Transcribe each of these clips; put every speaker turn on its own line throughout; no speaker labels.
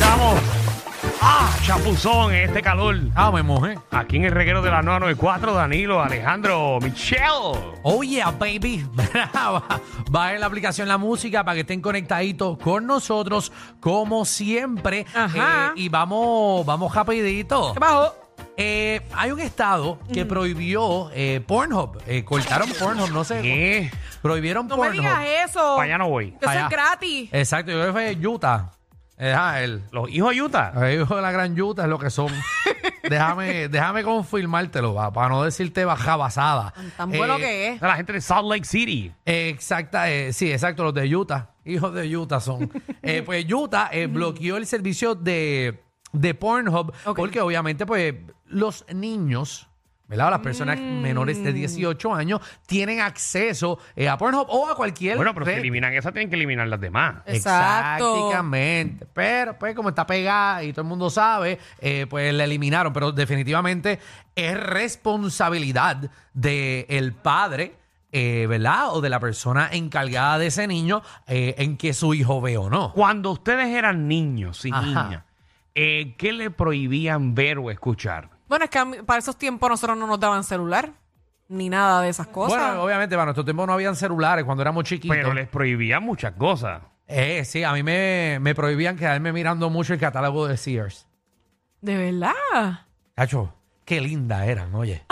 Ah, chapuzón en este calor.
Ah, me mojé.
Aquí en el reguero de la 994, Danilo, Alejandro, Michelle.
Oh yeah, baby. Bajen la aplicación La Música para que estén conectaditos con nosotros, como siempre.
Ajá.
Eh, y vamos, vamos rapidito.
¿Qué Mm. pasó?
Eh, hay un estado que prohibió eh, Pornhub. Eh, cortaron Pornhub, no sé.
¿Qué?
Prohibieron
No me
Pornhub.
digas eh. eso.
Para allá no voy.
Que eso
Allá. Eh,
es gratis.
Exacto, yo creo que fue Utah. Eh, ah, él.
Los hijos de Utah.
Los hijos de la gran yuta es lo que son. déjame, déjame confirmártelo, va, para no decirte baja basada.
Tan bueno
Eh,
que es.
La gente de Salt Lake City.
Exacta, eh, sí, exacto, los de Utah. Hijos de Utah son. Eh, pues Utah eh, bloqueó el servicio de, de Pornhub
Ok.
porque obviamente pues los niños, ¿verdad? O Las personas menores de 18 años tienen acceso eh, a Pornhub o a cualquier
Bueno, pero si
red.
eliminan esa, tienen que eliminar las demás.
Exacto.
Exactamente. Pero, pues, como está pegada y todo el mundo sabe, eh, pues la eliminaron. Pero definitivamente es responsabilidad del padre, eh, ¿verdad? O de la persona encargada de ese niño eh, en que su hijo ve o no.
Cuando ustedes eran niños y
Ajá.
niñas, eh, ¿qué le prohibían ver o escuchar?
Bueno, es que a mí- para esos tiempos nosotros no nos daban celular ni nada de esas cosas.
bueno, obviamente, para nuestro tiempo no habían celulares cuando éramos chiquitos.
Pero les prohibían muchas cosas.
Eh, sí, a mí me, me prohibían quedarme mirando mucho el catálogo de Sears.
De verdad.
Cacho, qué linda eran, oye.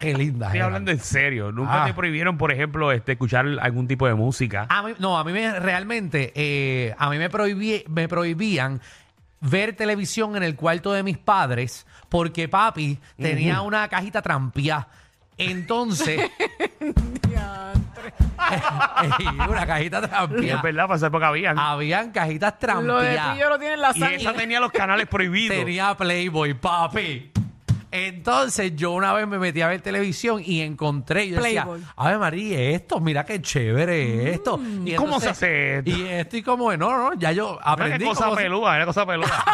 qué linda
Estoy
eran.
hablando en serio. Nunca
Ah.
te prohibieron, por ejemplo, este, escuchar algún tipo de música.
A mí- no, a mí me, realmente, eh, a mí me, prohibí- me prohibían ver televisión en el cuarto de mis padres porque papi tenía una cajita trampía. Entonces, y una cajita
Es
trampía.
verdad, para esa época habían.
Habían cajitas
Lo de ti
trampía.
yo lo tiene en la
y esa
sangre.
tenía los canales prohibidos.
Tenía Playboy, papi. Entonces yo una vez me metí a ver televisión y encontré, yo decía,
Playboy. Mm.
a ver María, esto, mira qué chévere es esto. Y
¿Cómo se hace esto?
Y esto y como, no, no, ya yo
Era
aprendí
cosa
cómo se-
peluda, era cosa peluda.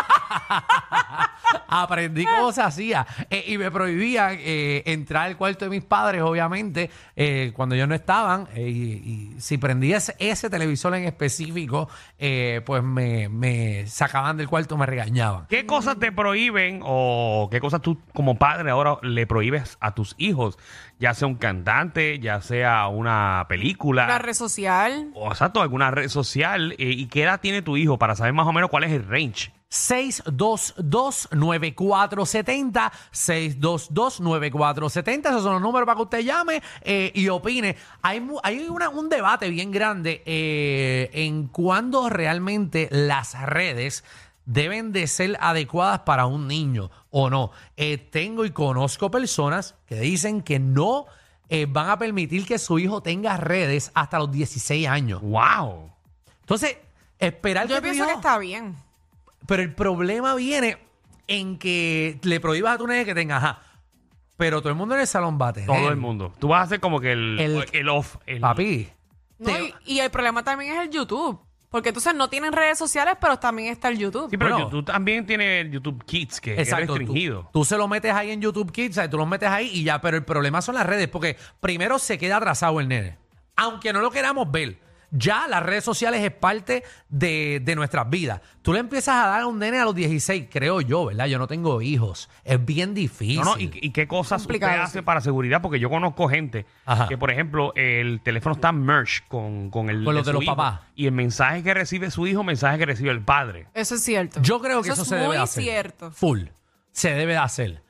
Aprendí cómo se hacía Eh, y me prohibían eh, entrar al cuarto de mis padres, obviamente, eh, cuando ellos no estaban. eh, y, y si prendía ese, ese televisor en específico, eh, pues me, me sacaban del cuarto, me regañaban.
¿Qué cosas te prohíben o qué cosas tú como padre ahora le prohíbes a tus hijos? Ya sea un cantante, ya sea una película,
La red social.
o exacto, alguna red social. eh, ¿Y qué edad tiene tu hijo para saber más o menos cuál es el range?
622-9470, 622-9470, esos son los números para que usted llame eh, y opine. Hay, mu- hay una- un debate bien grande eh, en cuándo realmente las redes deben de ser adecuadas para un niño o no. Eh, tengo y conozco personas que dicen que no eh, van a permitir que su hijo tenga redes hasta los 16 años.
¡Wow!
Entonces, esperar
Yo
que tu
pienso que
hijo-
está bien.
pero el problema viene en que le prohíbas a tu nene que tenga, ajá. Pero todo el mundo en el salón va a tener.
Todo el mundo. Tú vas a hacer como que el,
El-
el, off. El,
Papi.
No,
te-
y, y el problema también es el YouTube. Porque entonces no tienen redes sociales, pero también está el YouTube.
Sí, pero
Bueno.
YouTube también tiene el YouTube Kids, que
Exacto,
es
tú-
restringido.
Tú, se lo metes ahí en YouTube Kids, ¿sabes? tú lo metes ahí y ya, pero el problema son las redes, porque primero se queda atrasado el nene, aunque no lo queramos ver. Ya las redes sociales es parte de, de nuestras vidas. Tú le empiezas a dar a un nene a los 16, creo yo, ¿verdad? Yo no tengo hijos. Es bien difícil.
No, no, ¿y, y qué cosas usted
Complicado,
hace
sí.
para seguridad? Porque yo conozco gente
Ajá.
que, por ejemplo, el teléfono está merge con, con el
Con los de
su
los
hijo,
papás.
Y el mensaje que recibe su hijo, mensaje que recibe el padre.
Eso es cierto.
Yo creo que eso,
es
se debe
muy
de hacer.
cierto.
Full. Se debe de hacer.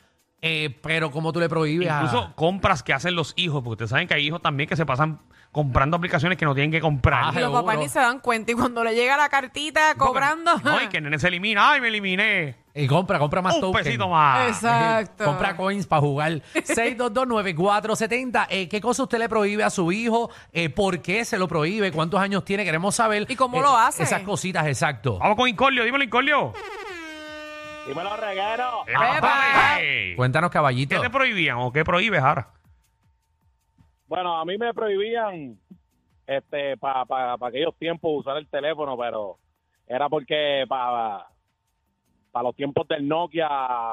Eh, pero como tú le prohíbes a-
Incluso compras que hacen los hijos, porque ustedes saben que hay hijos también que se pasan comprando aplicaciones que no tienen que comprar.
Y
Ah,
los
seguro.
papás ni se dan cuenta. Y cuando le llega la cartita
Porque-
cobrando.
No, y que el nene se elimina. ¡Ay, me eliminé!
Y compra, compra más
Un
token. Eh,
pesito más.
Exacto. Exacto.
Compra coins para jugar. 6229470. Eh, ¿Qué cosa usted le prohíbe a su hijo? Eh, ¿Por qué se lo prohíbe? ¿Cuántos años tiene? Queremos saber.
¿Y cómo
eh,
lo hace?
Esas cositas, exacto.
Vamos con Incolio, dímelo, Incolio.
Dímelo, reguero.
¡Epa!
¡Ey!
Cuéntanos, caballito.
¿Qué te prohibían o qué prohíbes ahora?
Bueno, a mí me prohibían este para aquellos tiempos usar el teléfono, pero era porque para los tiempos del Nokia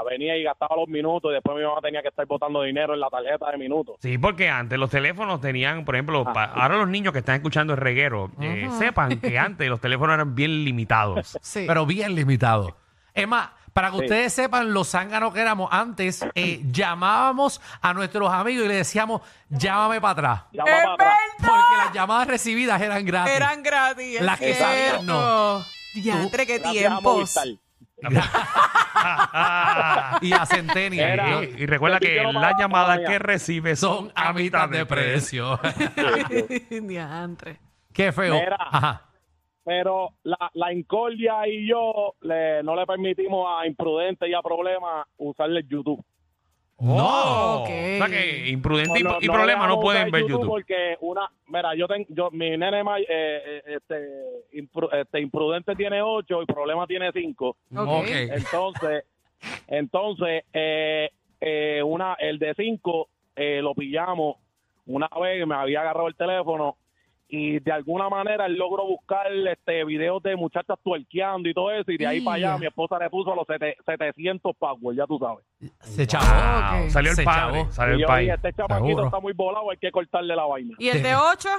venía y gastaba los minutos y después mi mamá tenía que estar botando dinero en la tarjeta de minutos.
Sí, porque antes los teléfonos tenían, por ejemplo,
Ah.
pa- ahora los niños que están escuchando el reguero, eh, sepan que antes los teléfonos eran bien limitados.
Sí.
Pero bien limitado. Es más, para que
Sí.
ustedes sepan los zánganos que éramos antes, eh, llamábamos a nuestros amigos y le decíamos, llámame para atrás.
Ya
¡Es
va para atrás.
verdad!
Porque las llamadas recibidas eran gratis.
Eran gratis.
Las que sabían, no.
Diantre, qué
Gracias a
tiempos.
Movistar.
Ah,
Y a Centennial.
Era.
eh,
y, y recuerda
Yo sí
que
quiero
las
más-
llamadas
más
que
allá.
recibes
Son a mitad de precio.
Diantre.
Qué feo.
Mira.
Ajá.
Pero la, la Incordia y yo le- no le permitimos a Imprudente y a Problema usarle el YouTube.
Oh,
Ok.
O sea que imprudente y,
No,
y
no
problema no
dejamos
pueden
usar
ver YouTube.
Porque una, mira, yo tengo, yo, mi nene, may- eh, eh, este, impru- este, Imprudente tiene 8 y Problema tiene 5.
No.
Ok.
Eh.
Ok.
Entonces, entonces eh, eh, una, el de 5 lo pillamos una vez, me había agarrado el teléfono y de alguna manera él logró buscar este videos de muchachas tuerqueando y todo eso y de ahí para allá
Ya.
mi esposa le puso los sete- 700 passwords, ya tú sabes.
Se chavó.
Wow,
Ah, Ok.
Ah, Salió el
Se
padre,
chavó.
salió
y
el
yo
país.
dije, este chamaquito
Seguro.
está muy volado, hay que cortarle la vaina.
¿Y el de 8?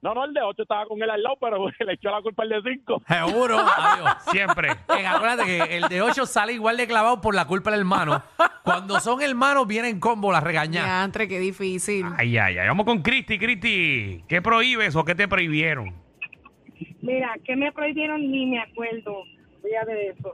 No, no, el de 8 estaba con él al lado, pero le echó la culpa al de 5.
Seguro. Adiós.
Siempre.
Eh, acuérdate que el de 8 sale igual de clavado por la culpa del hermano. Cuando son hermanos, vienen combo las regañadas.
Diantre, qué difícil.
Ay, ay, ay. Vamos con Cristi, Cristi. ¿Qué prohíbes o qué te prohibieron?
Mira, que me prohibieron ni me acuerdo, ya de eso.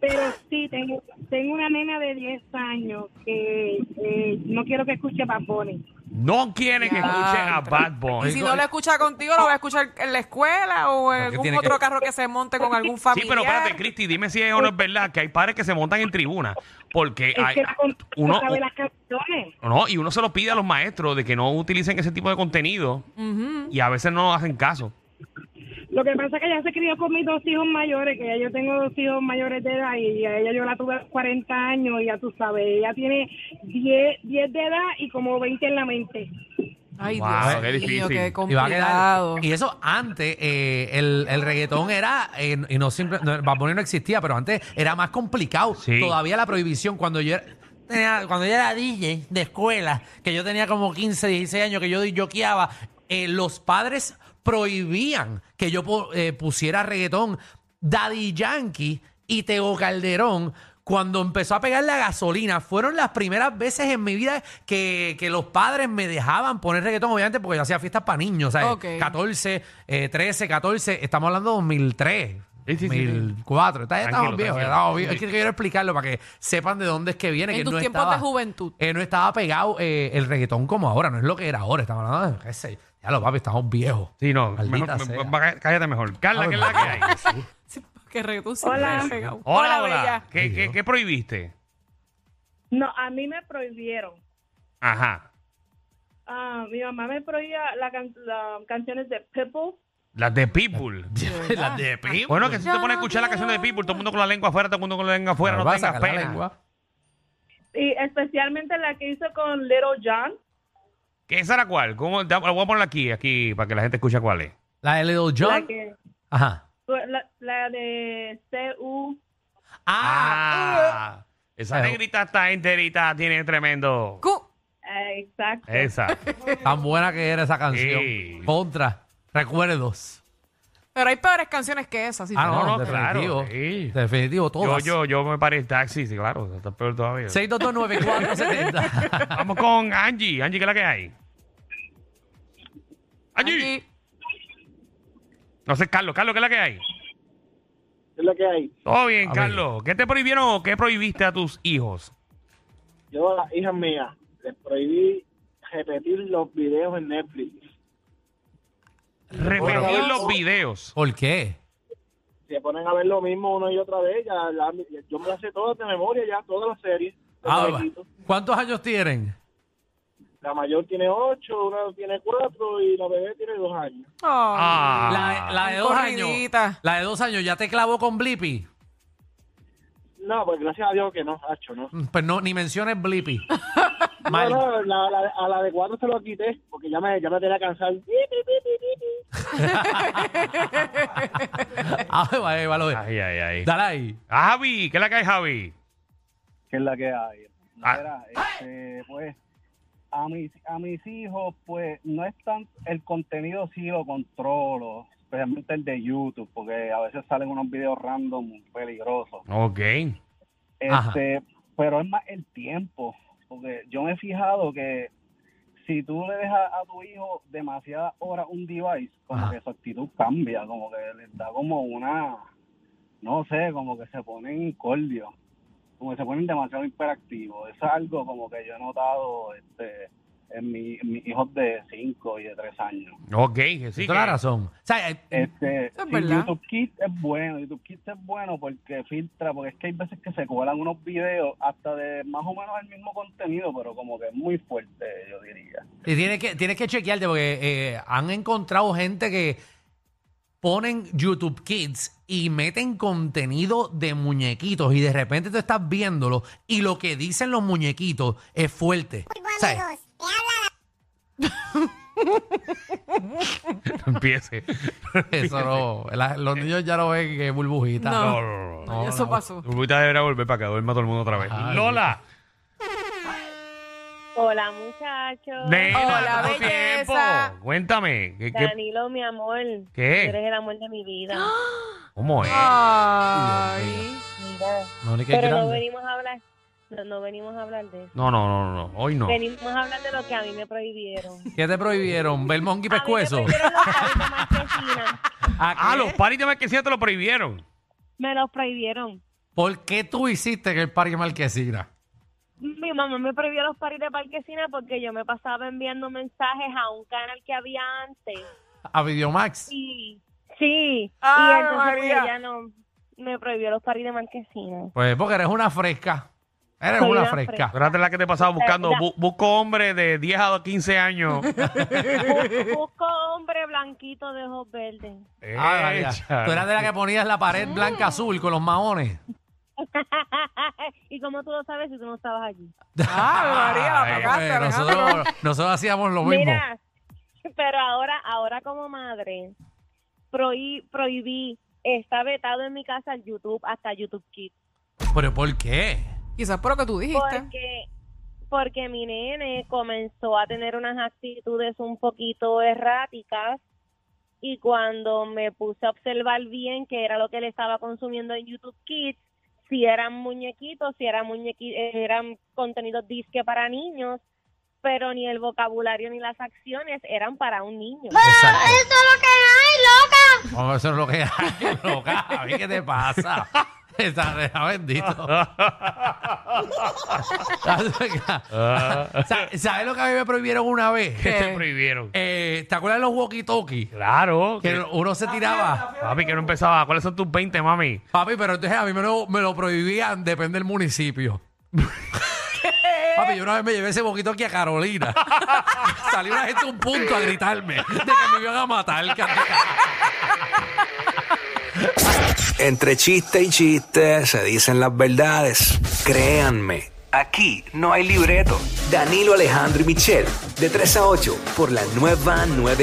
Pero sí, tengo, tengo una nena de 10 años que eh, no quiero que escuche Bad Bunny.
No quieren que
Ya,
escuche a
Cristi.
Bad
Y
Bunny.
si no lo escucha contigo, lo va a escuchar en la escuela o en
Pero que
algún
tiene que-
otro carro que se monte con algún
Sí,
familiar.
pero espérate, Cristi, dime si es o no es verdad que hay padres que se montan en tribuna porque
Es
hay,
que la con-
ah, uno,
sabe las canciones.
no, y uno se lo pide a los maestros de que no utilicen ese tipo de contenido
Ujú.
y a veces no hacen caso.
Lo que pasa es que ella se crió con mis dos hijos mayores, que ya yo tengo dos hijos mayores de edad y a ella yo la tuve a los 40 años y ya tú sabes, ella tiene 10, 10 de edad y como 20 en la mente.
Ay,
Wow,
Dios
qué
mío,
difícil.
qué
Y va a quedar-
complicado.
Y eso antes, eh, el, el reggaetón era, eh, y no siempre, no, Bad Bunny no existía, pero antes era más complicado.
Sí.
Todavía la prohibición, cuando yo era, tenía- cuando yo era DJ de escuela, que yo tenía como 15, 16 años, que yo yoqueaba, eh, los padres prohibían que yo po- eh, pusiera reggaetón. Daddy Yankee y Tego Calderón, cuando empezó a pegar la gasolina, fueron las primeras veces en mi vida que, que los padres me dejaban poner reggaetón, obviamente, porque yo hacía fiestas para niños, ¿sabes?
Ok.
14, eh, 13, 14, estamos hablando de 2003.
Sí, sí, sí, sí.
2004, Está-
Tranquilo,
estamos viejos,
tranquilo.
estamos viejos. Es que quiero explicarlo para que sepan de dónde es que viene.
En
que
tus
no
tiempos
estaba-
de juventud.
eh, no estaba pegado eh, el reggaetón como ahora, no es lo que era ahora. Estamos hablando de, qué sé, ya los papi, estamos viejos.
Sí, no,
Maldita
mejor-
sea. Ah,
me- cállate mejor. Carla, ¿qué es la que hay?
Sí, qué reggaetón sí
Hola.
me ha pegado.
Hola,
bella.
hola. ¿Qué,
Ay,
qué,
Dios.
qué prohibiste?
No, a mí me prohibieron.
Ajá.
Ah, mi mamá me prohibía las canciones de Pitbull.
Las de People.
Las de Pitbull.
Bueno, que si te pones a escuchar la canción de People, todo el mundo con la lengua afuera, todo el mundo con la lengua afuera,
Me
no
va a
tengas
sacar la
pena.
lengua.
y especialmente la que hizo con Little John.
¿Qué esa era cuál? ¿Cómo? Da- La voy a poner aquí, aquí, para que la gente escuche cuál es.
La de Little
La,
John.
que,
Ajá.
la, la de CU.
Ah,
Ah, esa negrita está enterita, tiene tremendo.
Cu-
eh, Exacto.
Esa.
tan buena que era esa canción.
Sí.
Contra. Recuerdos.
Pero hay peores canciones que esas. sí,
Ah,
pero-
no,
no, no,
definitivo.
claro, sí.
Definitivo,
Yo,
todas.
yo, yo me paré el taxi, sí, claro, está peor todavía.
6229470.
Vamos con Angie. Angie, ¿qué es la que hay? Angie.
Angie.
No sé, Carlos, Carlos, ¿qué es la que hay?
Es lo que hay.
Todo bien,
A ver.
Carlos. ¿Qué te prohibieron o qué prohibiste a tus hijos?
Yo a las hijas mías les prohibí repetir los videos en Netflix.
Repetir
Bueno.
los videos.
¿Por qué?
se ponen a ver lo mismo una y otra vez. Ya, la- yo me las sé todas de memoria, ya todas las series. de
Ah,
muñequitos.
¿Cuántos años tienen?
la mayor tiene ocho, una tiene cuatro y la bebé tiene dos años.
Ah.
La, la de
Bien
dos años.
corridita.
La de dos años ya te clavó con Blippi.
No, pues gracias a Dios que no, Hacho, no.
Mm, Pues no, ni menciones Blippi. Mal.
No, no, la- la- a la de cuatro se lo quité porque ya me, ya me tenía cansado. Pi, pi, pi, pi, pi, pi.
Ah, vale, vale, vale.
Ay, ay, ay.
Dale ahí.
Ah, Javi, ¿qué es la que hay, Javi?
que es la que hay.
Ah.
Mira, este, pues a mis a mis hijos pues no es tan el contenido sí lo controlo, especialmente el de YouTube, porque a veces salen unos videos random peligrosos.
Ok.
Ajá.
Este, pero es más el tiempo, porque yo me he fijado que si tú le dejas a tu hijo demasiadas horas un device, como
Ajá.
que su actitud cambia, como que le da como una, no sé, como que se ponen incordios, como que se ponen demasiado hiperactivos. Eso es algo como que yo he notado este, en, mi- en mis hijos de 5 y de 3 años.
Ok, que sí.
toda
que-
la razón. O sea, eh,
Este,
Eso es
sí,
verdad.
YouTube Kids es bueno, YouTube Kids es bueno porque filtra, porque es que hay veces que se cuelan unos videos hasta de más o menos el mismo contenido, pero como que es muy fuerte, yo diría.
Y tienes que, tienes que chequearte porque eh, han encontrado gente que ponen YouTube Kids y meten contenido de muñequitos y de repente tú estás viéndolo y lo que dicen los muñequitos es fuerte. ¿Sabes?
No empiece.
Eso no- la- los niños ya lo ven que es burbujita.
No.
No, no, no, no.
No,
eso
no.
pasó.
Urbita deberá volver para que duerma todo el mundo otra vez.
Ay.
Lola.
Hola muchachos.
Nena,
Hola,
tanto
belleza.
tiempo. Cuéntame. ¿qué, qué,
Danilo, mi amor.
¿Qué?
Tú eres el amor de mi vida.
cómo es?
Ah. Ay.
Mira.
No, ni que
Pero no
grande.
venimos a hablar. No, no venimos a hablar de eso.
No, no, no, no. Hoy no.
Venimos a hablar de lo que a mí me prohibieron.
¿Qué te prohibieron? ¿Ver monkey
A mí me
pescuezo?
prohibieron los paris de marquesina.
¿A
Ah,
qué?
los paris de marquesina te lo prohibieron.
Me los prohibieron.
¿Por qué tú hiciste que el parque marquesina?
Mi mamá me prohibió los paris de marquesina porque yo me pasaba enviando mensajes a un canal que había antes.
A Videomax.
Sí. Sí.
Ay,
y entonces pues,
María.
ella no me prohibió los paris de marquesina.
Pues porque eres una fresca. Eres
Soy
una
una
fresca.
Pero antes la que te pasaba buscando.
Ya.
bu- busco hombre de 10 a 15 años.
Bu- Busco hombre blanquito de ojos verdes.
Eh,
Ah, María. Tú eras de la que ponías la pared
Mm.
blanca azul con los maones.
¿Y cómo tú lo sabes si tú no estabas allí?
Ah, María, la
Ay,
pegaste,
Pues,
Alejandro.
nosotros, nosotros hacíamos lo mismo.
Mira, pero ahora, ahora como madre, prohí- prohibí, está vetado en mi casa el YouTube, hasta YouTube Kids.
Pero ¿por qué?
Quizás por lo que tú dijiste.
Porque, porque mi nene comenzó a tener unas actitudes un poquito erráticas y cuando me puse a observar bien qué era lo que le estaba consumiendo en YouTube Kids, si eran muñequitos, si eran muñequi- eh, eran contenidos disque para niños, pero ni el vocabulario ni las acciones eran para un niño.
Exacto. No, eso es lo que hay, loca. A mí, ¿qué te pasa? Está deja bendito.
Ah,
Sa- ¿Sabes lo que a mí me prohibieron una vez?
¿Qué te prohibieron?
Eh, ¿Te acuerdas de los walkie-talkie?
Claro.
Que
que-
uno se tiraba.
Papi, que no empezaba. ¿Cuáles son tus 20, mami?
Papi, pero entonces a mí me lo, me lo prohibían, depende del municipio. Papi, yo una vez me llevé ese boquito aquí a Carolina. Salió una gente a un punto a gritarme de que me iban a matar. ca-
Entre chiste y chiste se dicen las verdades. Créanme, aquí no hay libreto. Danilo Alejandro y Michel, de 3 a 8, por la nueva 9.